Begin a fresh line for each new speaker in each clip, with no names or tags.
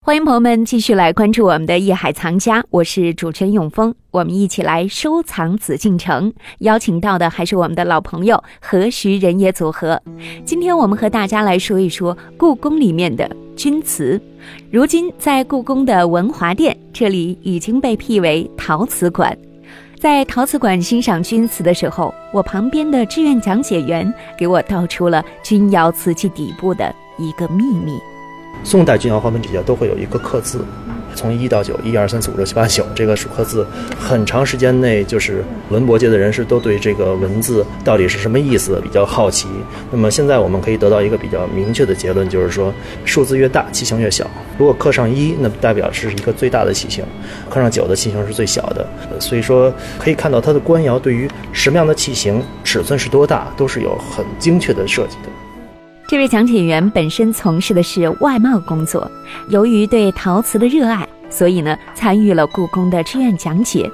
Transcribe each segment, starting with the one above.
欢迎朋友们继续来关注我们的《夜海藏家》，我是主持人永峰，我们一起来收藏紫禁城。邀请到的还是我们的老朋友何时人也组合。今天我们和大家来说一说故宫里面的钧瓷。如今在故宫的文华殿，这里已经被辟为陶瓷馆。在陶瓷馆欣赏钧瓷的时候，我旁边的志愿讲解员给我道出了钧窑瓷器底部的一个秘密。
宋代钧窑花盆底下都会有一个刻字，从一到九，一二三四五六七八九，这个数刻字，很长时间内就是文博界的人士都对这个文字到底是什么意思比较好奇。那么现在我们可以得到一个比较明确的结论，就是说数字越大，器型越小。如果刻上一，那代表是一个最大的器型；刻上九的器型是最小的。呃所以说可以看到它的官窑对于什么样的器型、尺寸是多大，都是有很精确的设计的。
这位讲解员本身从事的是外贸工作，由于对陶瓷的热爱，所以呢参与了故宫的志愿讲解。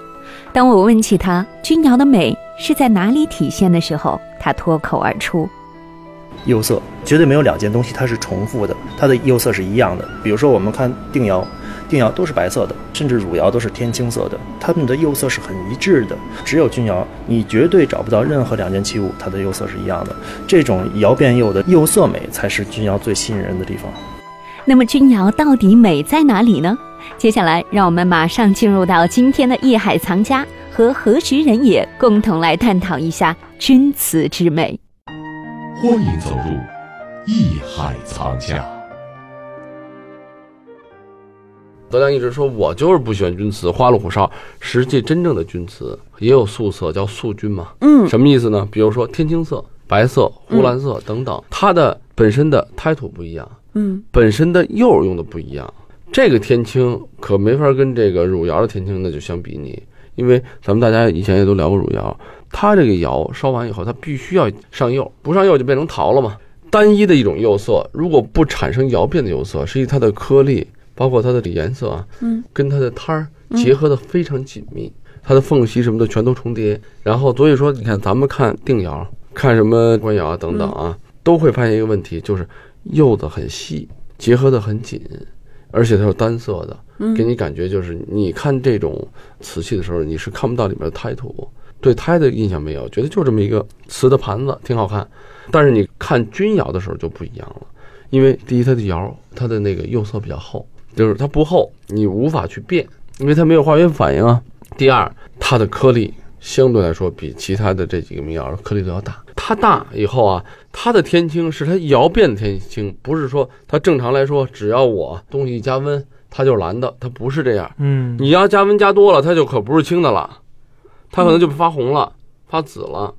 当我问起他钧窑的美是在哪里体现的时候，他脱口而出
釉色，绝对没有两件东西它是重复的，它的釉色是一样的。比如说我们看定窑，定窑都是白色的，甚至汝窑都是天青色的，它们的釉色是很一致的。只有钧窑，你绝对找不到任何两件器物它的釉色是一样的。这种窑变釉的釉色美才是钧窑最吸引人的地方。：“
那么钧窑到底美在哪里呢？”接下来，让我们马上进入到今天的《艺海藏家》，和何时人也共同来探讨一下钧瓷之美。
欢迎走入艺海藏家。
德亮一直说，我就是不喜欢钧瓷，花里胡哨。实际真正的钧瓷也有素色，叫素钧嘛。
嗯
什么意思呢？比如说天青色、白色、湖蓝色等等，它的本身的胎土不一样，
嗯
本身的釉用的不一样。这个天青可没法跟这个汝窑的天青那就相比拟，因为咱们大家以前也都聊过汝窑，它这个窑烧完以后，它必须要上釉，不上釉就变成陶了嘛。单一的一种釉色，如果不产生窑变的釉色，实际它的颗粒，包括它的颜色啊，
嗯，
跟它的摊儿结合的非常紧密，它的缝隙什么的全都重叠。然后所以说，你看咱们看定窑、看什么官窑啊等等啊，都会发现一个问题，就是釉的很细，结合的很紧，而且它是单色的，给你感觉就是你看这种瓷器的时候，你是看不到里面的胎土。对胎的印象没有，觉得就这么一个瓷的盘子挺好看，但是你看钧窑的时候就不一样了，因为第一它的窑它的那个釉色比较厚，就是它不厚你无法去变，因为它没有化学反应啊。第二，它的颗粒相对来说比其他的这几个民窑颗粒都要大，它大以后啊，它的天青是它窑变的天青，不是说它正常来说只要我东西一加温它就是蓝的，它不是这样。
嗯，
你要加温加多了，它就可不是青的了，它可能就发红了、发紫了，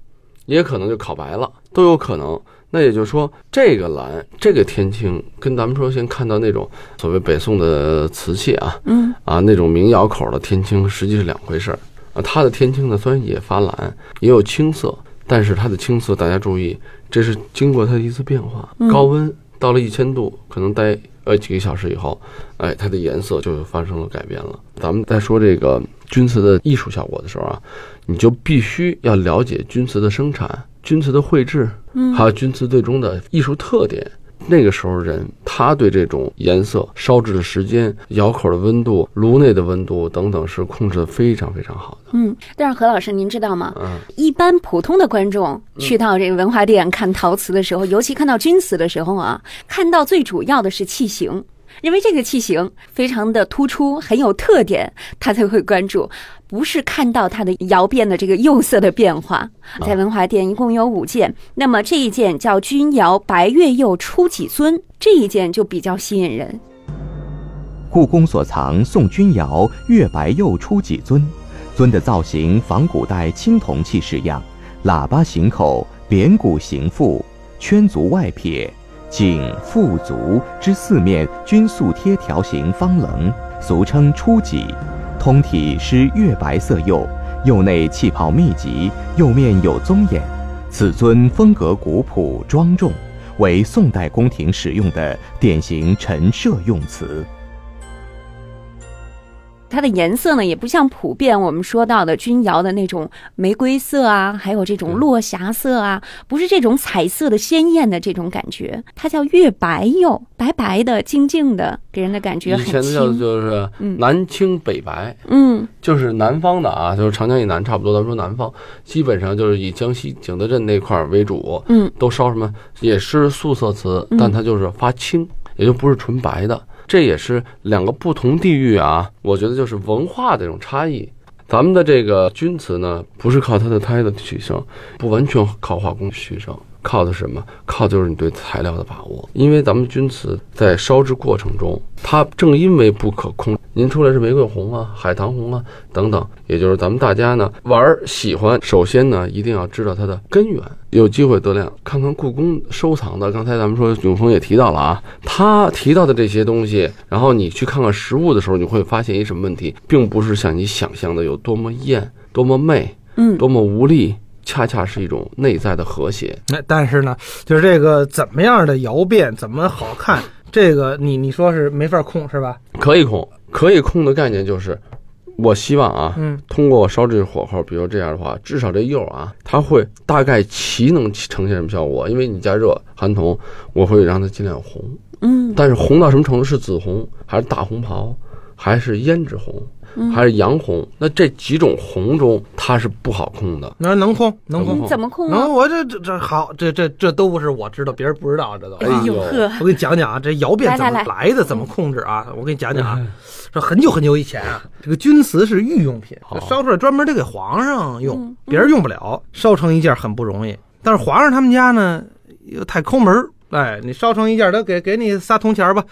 也可能就烤白了，都有可能。那也就是说，这个蓝，这个天青，跟咱们说先看到那种所谓北宋的瓷器啊，
嗯
啊那种民窑口的天青，实际是两回事儿啊。它的天青呢，虽然也发蓝，也有青色，但是它的青色，大家注意，这是经过它的一次变化，高温到了一千度，可能待呃几个小时以后，哎，它的颜色就发生了改变了。咱们在说这个钧瓷的艺术效果的时候啊，你就必须要了解钧瓷的生产、钧瓷的绘制，还有钧瓷最终的艺术特点。那个时候人，他对这种颜色、烧制的时间、窑口的温度、炉内的温度等等是控制的非常非常好的。
嗯。但是何老师，您知道吗？
嗯，
一般普通的观众去到这个文华殿看陶瓷的时候，尤其看到钧瓷的时候啊，看到最主要的是器型。认为这个器型非常的突出，很有特点，他才会关注，不是看到它的窑变的这个釉色的变化。在文华殿一共有五件，那么这一件叫钧窑白月釉初几尊，这一件就比较吸引人。
故宫所藏宋钧窑月白釉初几尊，尊的造型仿古代青铜器式样，喇叭形口，扁骨形腹，圈足外撇，颈腹足之四面均素贴条形方棱，俗称初几。通体施月白色釉，釉内气泡密集，釉面有棕眼。此尊风格古朴庄重，为宋代宫廷使用的典型陈设用词。
它的颜色呢，也不像普遍我们说到的钧窑的那种玫瑰色啊，还有这
嗯
种落霞色啊，不是这种彩色的鲜艳的这种感觉，它叫月白釉，白白的、静静的，给人的感觉
以前
很
的叫
清。
就是
嗯
南青北白，
嗯
就是南方的啊，就是长江以南差不多。咱说南方，基本上就是以江西景德镇那块儿为主，
嗯
都烧什么也是素色瓷
嗯，
但它就是发青，也就不是纯白的。这也是两个不同地域啊，我觉得就是文化的这种差异。咱们的这个钧瓷呢，不是靠它的胎的取胜，不完全靠化工取胜，靠的是什么？靠就是你对材料的把握。因为咱们钧瓷在烧制过程中，它正因为不可控，您出来是玫瑰红啊、海棠红啊等等，也就是咱们大家呢玩儿喜欢，首先呢一定要知道它的根源。有机会德亮看看故宫收藏的，刚才咱们说永峰也提到了啊，他提到的这些东西，然后你去看看实物的时候，你会发现一什么问题，并不是像你想象的有多么艳、多么媚、
嗯，
多么无力，恰恰是一种内在的和谐。
那但是呢，就是这个怎么样的窑变，怎么好看，这个你你说是没法控是吧？
可以控，可以控的概念就是，我希望啊，
嗯，
通过我烧制火候，比如这样的话，至少这釉啊，它会大概其能呈现什么效果？因为你加热含铜，我会让它尽量红，
嗯
但是红到什么程度？是紫红，还是大红袍，还是胭脂红，还是洋红？那这几种红中，它是不好控的。
你说能控能控
控
嗯，怎么控
能，
啊？
我这这这好，这这这都不是我知道，别人不知道这都。
哎呦呵，
我给你讲讲啊，这窑变怎么
来来
来的，怎么控制啊？我给你讲讲啊，这很久很久以前啊，这个钧瓷是御用品，
好
烧出来专门得给皇上用，
嗯
别人用不了，烧成一件很不容易。但是皇上他们家呢又太抠门儿，哎，你烧成一件，他给给你仨铜钱儿吧，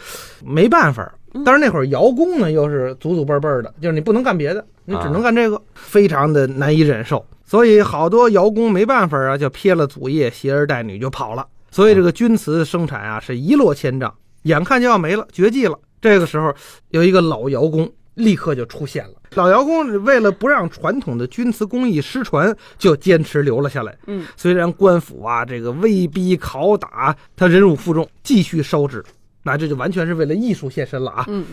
没办法儿。但是那会儿窑工呢，又是祖祖辈辈儿的，就是你不能干别的，你只能干这个，非常的难以忍受。所以好多窑工没办法啊，就撇了祖业，携儿带女就跑了。所以这个钧瓷生产啊，是一落千丈，眼看就要没了，绝迹了。这个时候，有一个老窑工立刻就出现了。老窑工为了不让传统的钧瓷工艺失传，就坚持留了下来。
嗯，
虽然官府啊这个威逼拷打，他忍辱负重，继续烧制。那这就完全是为了艺术献身了啊！
嗯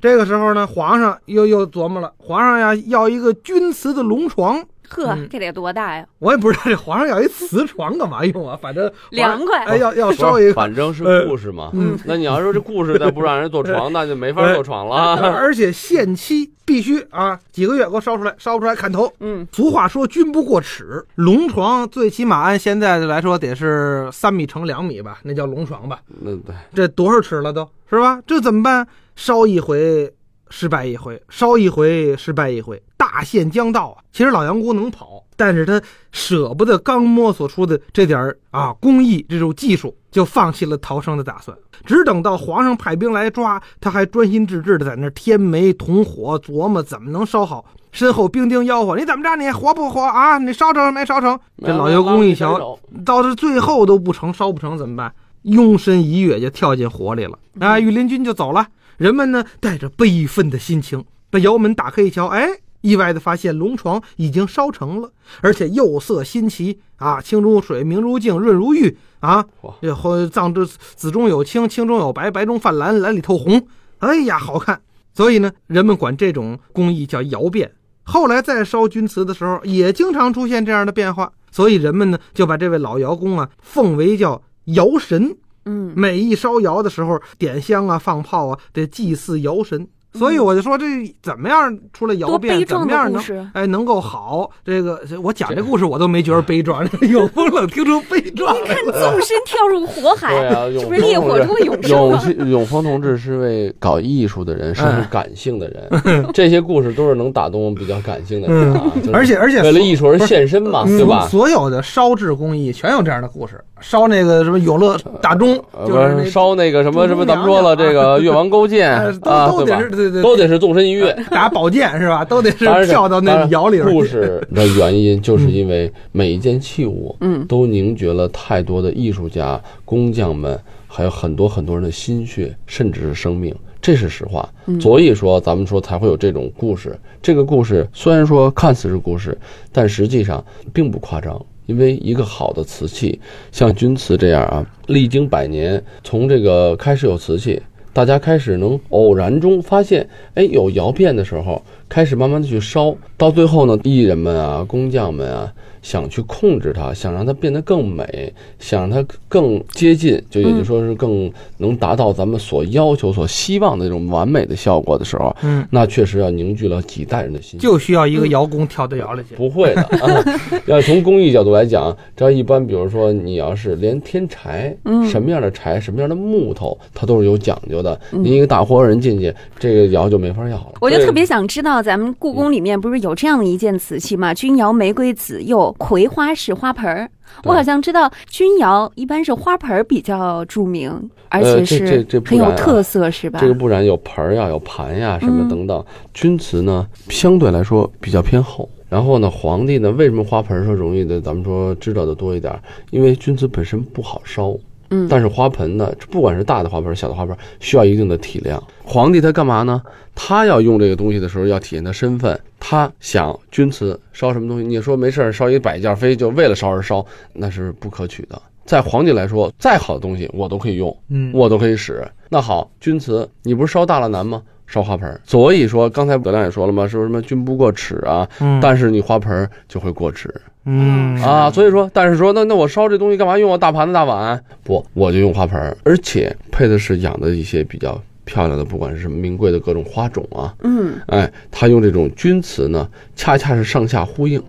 这个时候呢，皇上又又琢磨了，皇上呀要一个钧瓷的龙床，
呵
嗯，
这得多大呀？
我也不知道这皇上要一瓷床干嘛用啊，反正皇上
凉快
哎，要要
不是
烧一个，
反正是故事嘛。
嗯，
那你要说这故事再不让人做床，那就没法做床了啊。
而且限期必须啊，几个月给我烧出来，烧不出来砍头。
嗯
俗话说“君不过尺”，龙床最起码按现在的来说得是三米乘两米吧，那叫龙床吧？
那对，
这多少尺了都是吧？这怎么办？烧一回失败一回，烧一回失败一回，大限将到啊！其实老杨姑能跑，但是他舍不得刚摸索出的这点儿啊工艺这种技术，就放弃了逃生的打算。只等到皇上派兵来抓，他还专心致志的在那儿添煤同火，琢磨怎么能烧好。身后兵丁吆喝：“你怎么着？你活不活啊？你烧成没烧成？”这老油工一瞧，到这最后都不成，烧不成怎么办？拥身一跃就跳进火里了。啊，御林军就走了。人们呢，带着悲愤的心情，把窑门打开一瞧，哎，意外的发现龙床已经烧成了，而且釉色新奇啊，清如水，明如镜，润如玉啊
哇。
这后藏之紫中有青，青中有白，白中泛蓝，蓝里透红。哎呀，好看！所以呢，人们管这种工艺叫窑变。后来再烧钧瓷的时候，也经常出现这样的变化，所以人们呢就把这位老窑工啊奉为叫窑神。
嗯
每一烧窑的时候，点香啊、放炮啊，得祭祀窑神。所以我就说，这怎么样出来窑
嗯多
变，
悲
怎
壮
么
的
样
故
能
事
哎能够好？这个我讲这故事我都没觉得悲壮，有风冷听出悲壮来了。
纵身跳入火海
对，啊，
是不是烈火中的永生
永
啊？
信永峰同志是位搞艺术的人，是
哎
位感性的人，这些故事都是能打动比较感性的人啊。就是
嗯而且而且
为了艺术而献身嘛，对吧？
嗯所有的烧制工艺全有这样的故事，烧那个什么永乐大钟，
呃
就
不
是那
烧那个什么
中
什么，
宫
咱们说了
娘
这
娘啊
个越王勾践
哎
啊，
都都
对
得
吧
是？哎对对
都
对，
得是纵身一跃。
打宝剑是吧？都得是
当然
跳到那
当然
窑里边
故
去。嗯
事的原 因就是因为每一件器物，
嗯
都凝结了太多的艺术家、工匠们，还有很多很多人的心血，甚至是生命，这是实话。
嗯
所以说，咱们说才会有这种故事。这个故事虽然说看似是故事，但实际上并不夸张。因为一个好的瓷器，像钧瓷这样啊，历经百年，从这个开始有瓷器，大家开始能偶然中发现，哎，有窑变的时候，开始慢慢的去烧，到最后呢，艺人们啊，工匠们啊，想去控制它，想让它变得更美，想让它更接近，就也就说是更能达到咱们所要求、所希望的那种完美的效果的时候，
嗯，
那确实要凝聚了几代人的心
嗯
血。
就需要一个窑工跳到窑里去。
不会的啊！要从工艺角度来讲，这一般，比如说你要是连添柴，什么样的柴，什么样的木头，它都是有讲究的。您一个大活人进去，这个窑就没法要了。
嗯我就特别想知道，咱们故宫里面不是有这样的一件瓷器
嗯
吗？钧窑玫瑰紫釉葵花式花盆儿。
对
我好像知道钧窑一般是花盆儿比较著名，而
呃
且
这这
是
这不
很有
然啊
特色，是吧？
这个不然有盆儿呀、有盘呀、什么等等。钧瓷呢，相对来说比较偏厚。然后呢，皇帝呢，为什么花盆儿说容易的，咱们说知道的多一点儿？因为钧瓷本身不好烧。
嗯
但是花盆呢，不管是大的花盆、小的花盆，需要一定的体量。皇帝他干嘛呢？他要用这个东西的时候，要体现他身份。他想钧瓷烧什么东西？你说没事儿烧一百件飞，就为了烧而烧，那是不可取的。在皇帝来说，再好的东西我都可以用，
嗯，
我都可以使。那好，钧瓷，你不是烧大了难吗？烧花盆儿，所以说刚才德亮也说了嘛，说什么均不过尺啊，
嗯
但是你花盆儿就会过尺
嗯
啊，所以说，但是说那那我烧这东西干嘛用啊？大盘子大碗不，我就用花盆儿，而且配的是养的一些比较漂亮的，不管是什么名贵的各种花种啊，
嗯，
哎，他用这种钧瓷呢，恰恰是上下呼应。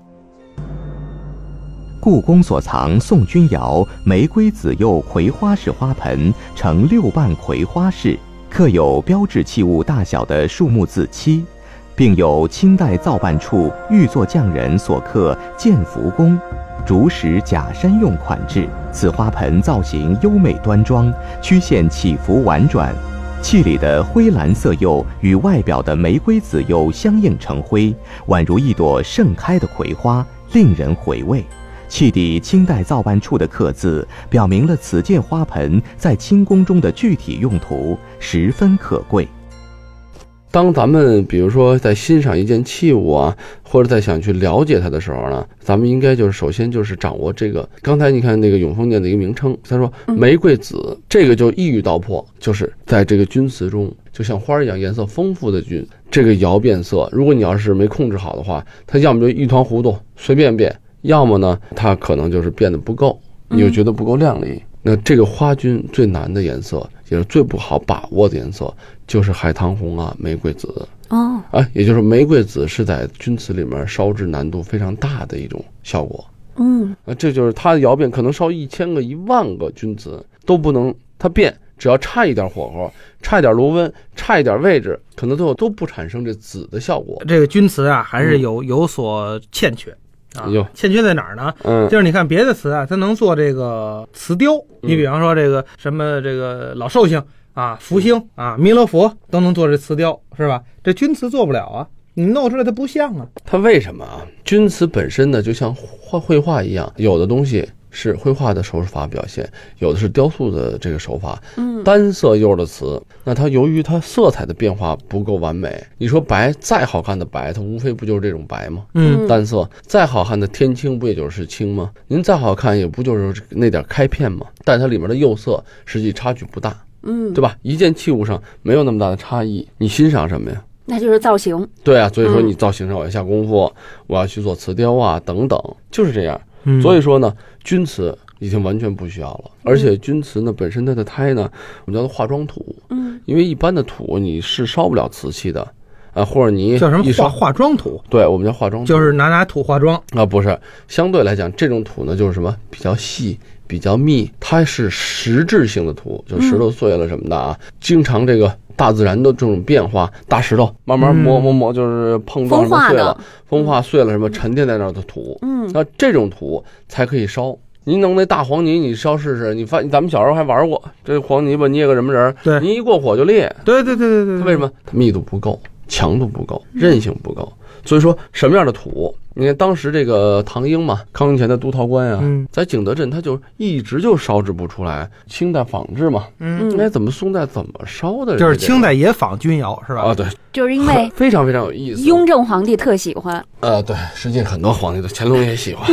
故宫所藏宋钧窑玫瑰紫釉葵花式花盆呈六瓣葵花式，刻有标志器物大小的数目字七，并有清代造办处御作匠人所刻“建福宫”。竹石假山用款制，此花盆造型优美端庄，曲线起伏婉转，器里的灰蓝色釉与外表的玫瑰紫釉相映成辉，宛如一朵盛开的葵花，令人回味。器底清代造办处的刻字，表明了此件花盆在清宫中的具体用途，十分可贵。
当咱们比如说在欣赏一件器物啊，或者在想去了解它的时候呢，咱们应该就是首先就是掌握这个。刚才你看那个永丰殿的一个名称，他说玫瑰紫，这个就一语道破，就是在这个钧瓷中，就像花儿一样颜色丰富的钧，这个窑变色，如果你要是没控制好的话，它要么就一团糊涂随便变，要么呢它可能就是变得不够，你又觉得不够亮丽。那这个花菌最难的颜色，也是最不好把握的颜色，就是海棠红啊、玫瑰紫
哦，
啊，也就是玫瑰紫是在钧瓷里面烧制难度非常大的一种效果。
嗯，
啊，这就是它的窑变，可能烧一千个、一万个钧瓷都不能它变，只要差一点火候、差一点炉温、差一点位置，可能最后都不产生这紫的效果。
这个钧瓷啊，还是有有所欠缺
嗯
啊
哎呦。
欠缺在哪儿呢？
嗯，
就是你看别的瓷啊，它能做这个瓷雕，你比方说这个什么这个老寿星啊、福星啊、弥勒佛都能做这瓷雕，是吧？这钧瓷做不了啊，你弄出来它不像啊。
它为什么啊？钧瓷本身呢，就像画绘画一样，有的东西是绘画的手法表现，有的是雕塑的这个手法。嗯，单色釉的瓷，那它由于它色彩的变化不够完美，你说白再好看的白，它无非不就是这种白吗？
嗯
单色再好看的天青不也就是青吗？您再好看也不就是那点开片吗？但它里面的釉色实际差距不大，嗯，对吧？一件器物上没有那么大的差异，你欣赏什么呀？
那就是造型。
对啊，所以说
嗯
你造型上我要下功夫，我要去做瓷雕啊等等，就是这样。
嗯
所以说呢，钧瓷已经完全不需要了，而且钧瓷呢本身它的胎呢，我们叫做化妆土，
嗯，
因为一般的土你是烧不了瓷器的，啊，或者你
叫什么
一
化
烧，
化妆土，
对我们叫化妆土，
就是拿拿土化妆。
啊，不是，相对来讲，这种土呢，就是什么比较细、比较密，它是实质性的土，就
嗯
石头碎了什么的啊。经常这个大自然的这种变化，大石头慢慢磨磨磨，就是碰撞什
嗯风
么
化
碎
的
了，风化碎了什么沉淀在那儿的土，
嗯
那这种土才可以烧。您弄那大黄泥，你烧试试？你发，咱们小时候还玩过这黄泥巴捏个什么人儿？
对
您一过火就裂。
对对对对对
嗯
它
对，
为什么？它密度不够，强度不够，韧性不够。所以说什么样的土？你看当时这个唐英嘛，康雍乾的都陶官啊，
嗯
在景德镇他就一直就烧制不出来清代仿制嘛，
嗯，
应该
嗯，
怎么宋代怎么烧的？
就是清
代
代也仿钧窑是吧？
啊，对，
就是因为
非常非常有意思。
雍正皇帝特喜欢，
呃，对，实际上很多 皇帝的乾隆也 喜欢，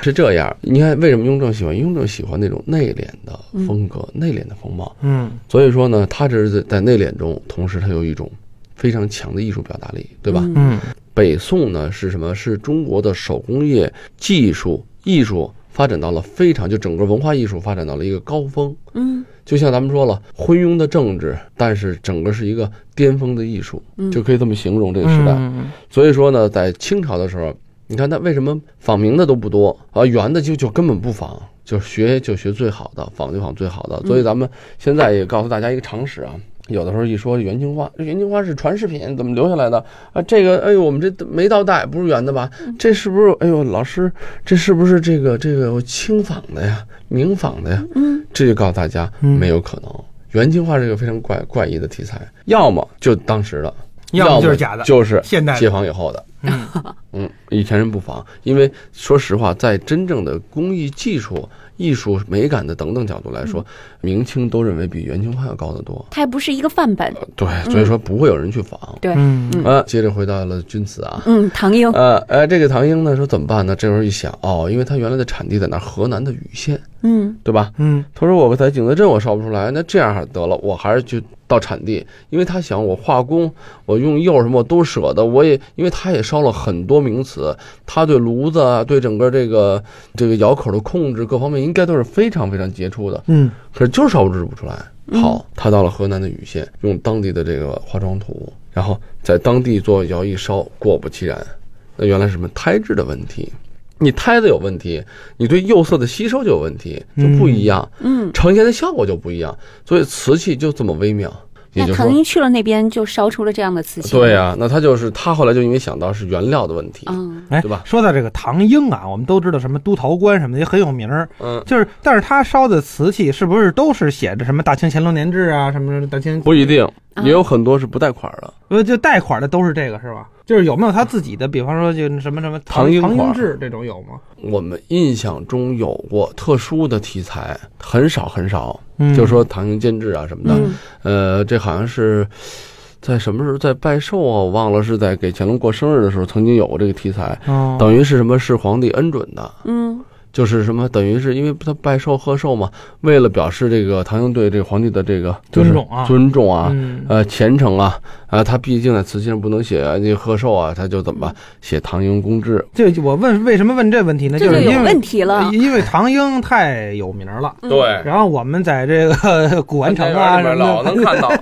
是这样。你看为什么雍正喜欢？雍正喜欢那种内敛的风格、内敛的风貌。
嗯
所以说呢，他这是在内敛中，同时他有一种非常强的艺术表达力，对吧？
嗯
嗯
北宋呢是什么？是中国的手工业技术艺术发展到了非常，就整个文化艺术发展到了一个高峰。
嗯
就像咱们说了，昏庸的政治，但是整个是一个巅峰的艺术，
嗯
就可以这么形容这个时代。
嗯
所以说呢，在清朝的时候，你看他为什么仿明的都不多啊，圆的就就根本不仿，就学就学最好的，仿就仿最好
嗯
的。所以咱们现在也告诉大家一个常识啊。有的时候一说元青花，这元青花是传世品，怎么留下来的啊？这个，哎呦，我们这没到代，不是圆的吧？
嗯
这是不是？哎呦，老师，这是不是这个这个清仿的呀？明仿的呀？
嗯
这就告诉大家，
嗯
没有可能。元青花是一个非常怪怪异的题材，要么就当时的，
要么
么
就是假的
就是
现代的
解放以后的。
嗯
嗯，以前人不妨，因为说实话，在真正的工艺技术、艺术美感的等等角度来
嗯
说，明清都认为比元青花要高得多。
它还不是一个范本，
对，所以说不会有人去仿。
对，
嗯嗯
呃，接着回到了钧瓷啊，
嗯，唐英，
呃，哎，这个唐英呢说怎么办呢？这时候一想，哦，因为他原来的产地在哪儿？河南的禹县，
嗯
对吧？
嗯
他说我在景德镇我烧不出来，那这样得了，我还是去到产地，因为他想我化工，我用釉什么我都舍得，我也因为他也烧了很多名词，他对炉子啊，对整个这个这个窑口的控制各方面应该都是非常非常杰出的，
嗯
可是就是烧制不出来。
嗯
好，他到了河南的禹县，用当地的这个化妆土，然后在当地做窑一烧，果不其然，那原来是什么胎质的问题。你胎子有问题，你对釉色的吸收就有问题，就不一样。
嗯，
呈现的效果就不一样，所以瓷器就这么微妙。也
那
就是
唐
说，
英去了那边就烧出了这样的瓷器，
对啊呀、那他就是他后来就因为想到是原料的问题，
嗯
哎
对吧
说到这个唐英啊，我们都知道什么都陶官什么的也很有名儿，
嗯，
就是但是他烧的瓷器是不是都是写着什么大清乾隆年制啊，什么大清
不一定，
啊
也有很多是不带款的。
呃就贷款的都是这个是吧？就是有没有他自己的，比方说就什么什么唐
唐英款啊
英制这种有吗？
我们印象中有过特殊的题材，很少很少，
嗯
就说唐寅监制啊什么的，
嗯
呃，这好像是在什么时候在拜寿啊，我忘了是在给乾隆过生日的时候曾经有过这个题材，
哦
等于是什么是皇帝恩准的，
嗯
就是什么，等于是因为他拜寿贺寿嘛，为了表示这个唐英对这个皇帝的这个就是
尊重啊
尊重啊，
嗯
呃虔诚啊，啊、他毕竟在瓷器上不能写那贺寿啊，他就怎
嗯
么办写唐英公制，
这我问为什么问这问题呢？
嗯这
是
就有
因为
问题了
因为唐英太有名了。
嗯
然后我们在这个古玩城啊什么的，
看到，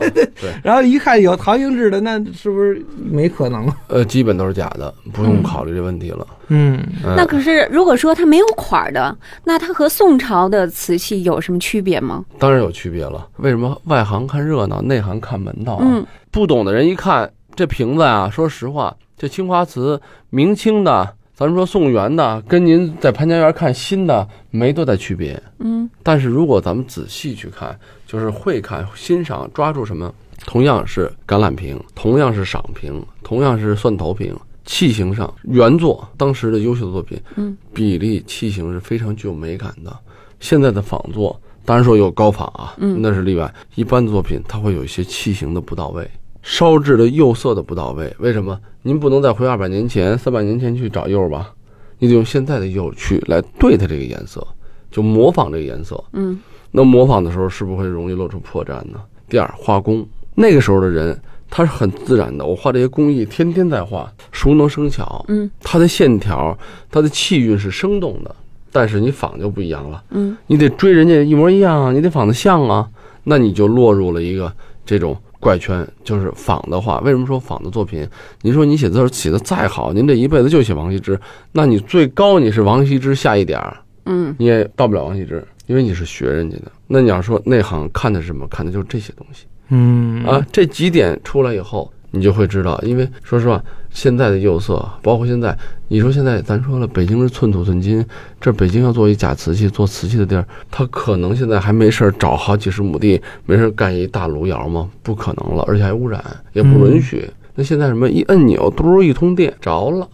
然后一看有唐英制的，那是不是没可能啊了？
呃，基本都是假的，不用考虑这问题了。
嗯，
嗯
嗯那可是，如果说它没有款儿的，那它和宋朝的瓷器有什么区别吗？
嗯当然有区别了。为什么外行看热闹，内行看门道、啊？
嗯，
不懂的人一看这瓶子啊，说实话，这青花瓷明清的，咱们说宋元的，跟您在潘家园看新的没多大区别。
嗯，
但是如果咱们仔细去看，就是会看、欣赏、抓住什么，同样是橄榄瓶，同样是赏瓶，同样是蒜头瓶。器型上，原作当时的优秀的作品，
嗯，
比例器型是非常具有美感的。现在的仿作，当然说有高仿啊，
嗯
那是例外。一般的作品，它会有一些器型的不到位，烧制的釉色的不到位。为什么？您不能再回二百年前、三百年前去找釉吧？你得用现在的釉去来对它这个颜色，就模仿这个颜色。
嗯，
那模仿的时候是不是会容易露出破绽呢？第二，画工，那个时候的人他是很自然的，我画这些工艺天天在画，熟能生巧。
嗯，
它的线条、它的气韵是生动的，但是你仿就不一样了。
嗯，
你得追人家一模一样啊，你得仿的像啊，那你就落入了一个这种怪圈，就是仿的话，为什么说仿的作品？您说你写字儿写的再好，您这一辈子就写王羲之，那你最高你是王羲之下一点儿，
嗯，
你也到不了王羲之，因为你是学人家的。那你要说内行看的是什么？看的就是这些东西。
嗯
啊，这几点出来以后，你就会知道，因为说实话，现在的釉色，包括现在，你说现在咱说了，北京是寸土寸金，这北京要做一假瓷器，做瓷器的地儿，他可能现在还没事儿找好几十亩地，没事儿干一大炉窑吗？不可能了，而且还污染，也不允许。那现在什么一摁钮，嘟儿一通电着了。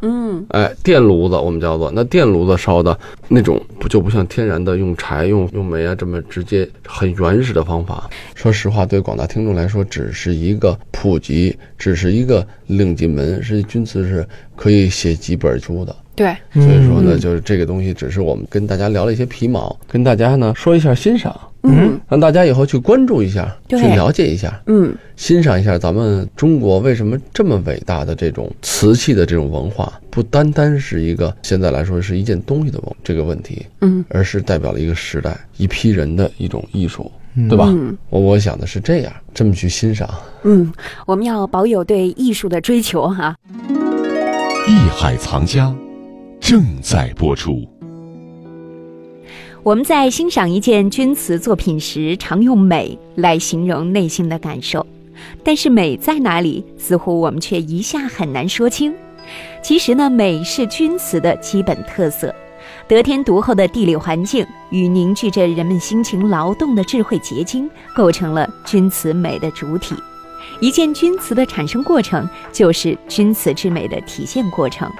嗯，
哎，电炉子我们叫做那电炉子烧的那种，不就不像天然的用柴、用用煤啊这么直接很原始的方法。说实话，对广大听众来说，只是一个普及，只是一个领进门，是钧瓷是可以写几本书的。
对，
所以说呢，
嗯
就是这个东西，只是我们跟大家聊了一些皮毛，跟大家呢说一下欣赏，
嗯
让大家以后去关注一下，去
对
了解一下，
嗯，
欣赏一下咱们中国为什么这么伟大的这种瓷器的这种文化，不单单是一个现在来说是一件东西的文这个问题，
嗯，
而是代表了一个时代、一批人的一种艺术，对吧？
嗯
我我想的是这样，这么去欣赏。
嗯，我们要保有对艺术的追求哈、
艺海藏家正在播出。
我们在欣赏一件钧瓷作品时，常用美来形容内心的感受，但是美在哪里，似乎我们却一下很难说清。其实呢，美是钧瓷的基本特色，得天独厚的地理环境与凝聚着人们辛勤劳动的智慧结晶，构成了钧瓷美的主体。一件钧瓷的产生过程，就是钧瓷之美的体现过程。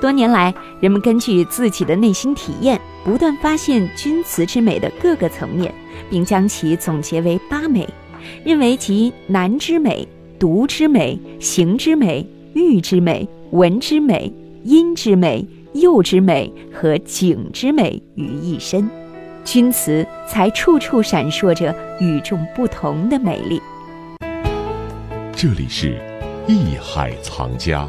多年来，人们根据自己的内心体验，不断发现钧瓷之美的各个层面，并将其总结为八美，认为其难之美、独之美、形之美、玉之美、文之美、音之美、釉之美和景之美于一身。钧瓷才处处闪烁着与众不同的美丽。
这里是艺海藏家。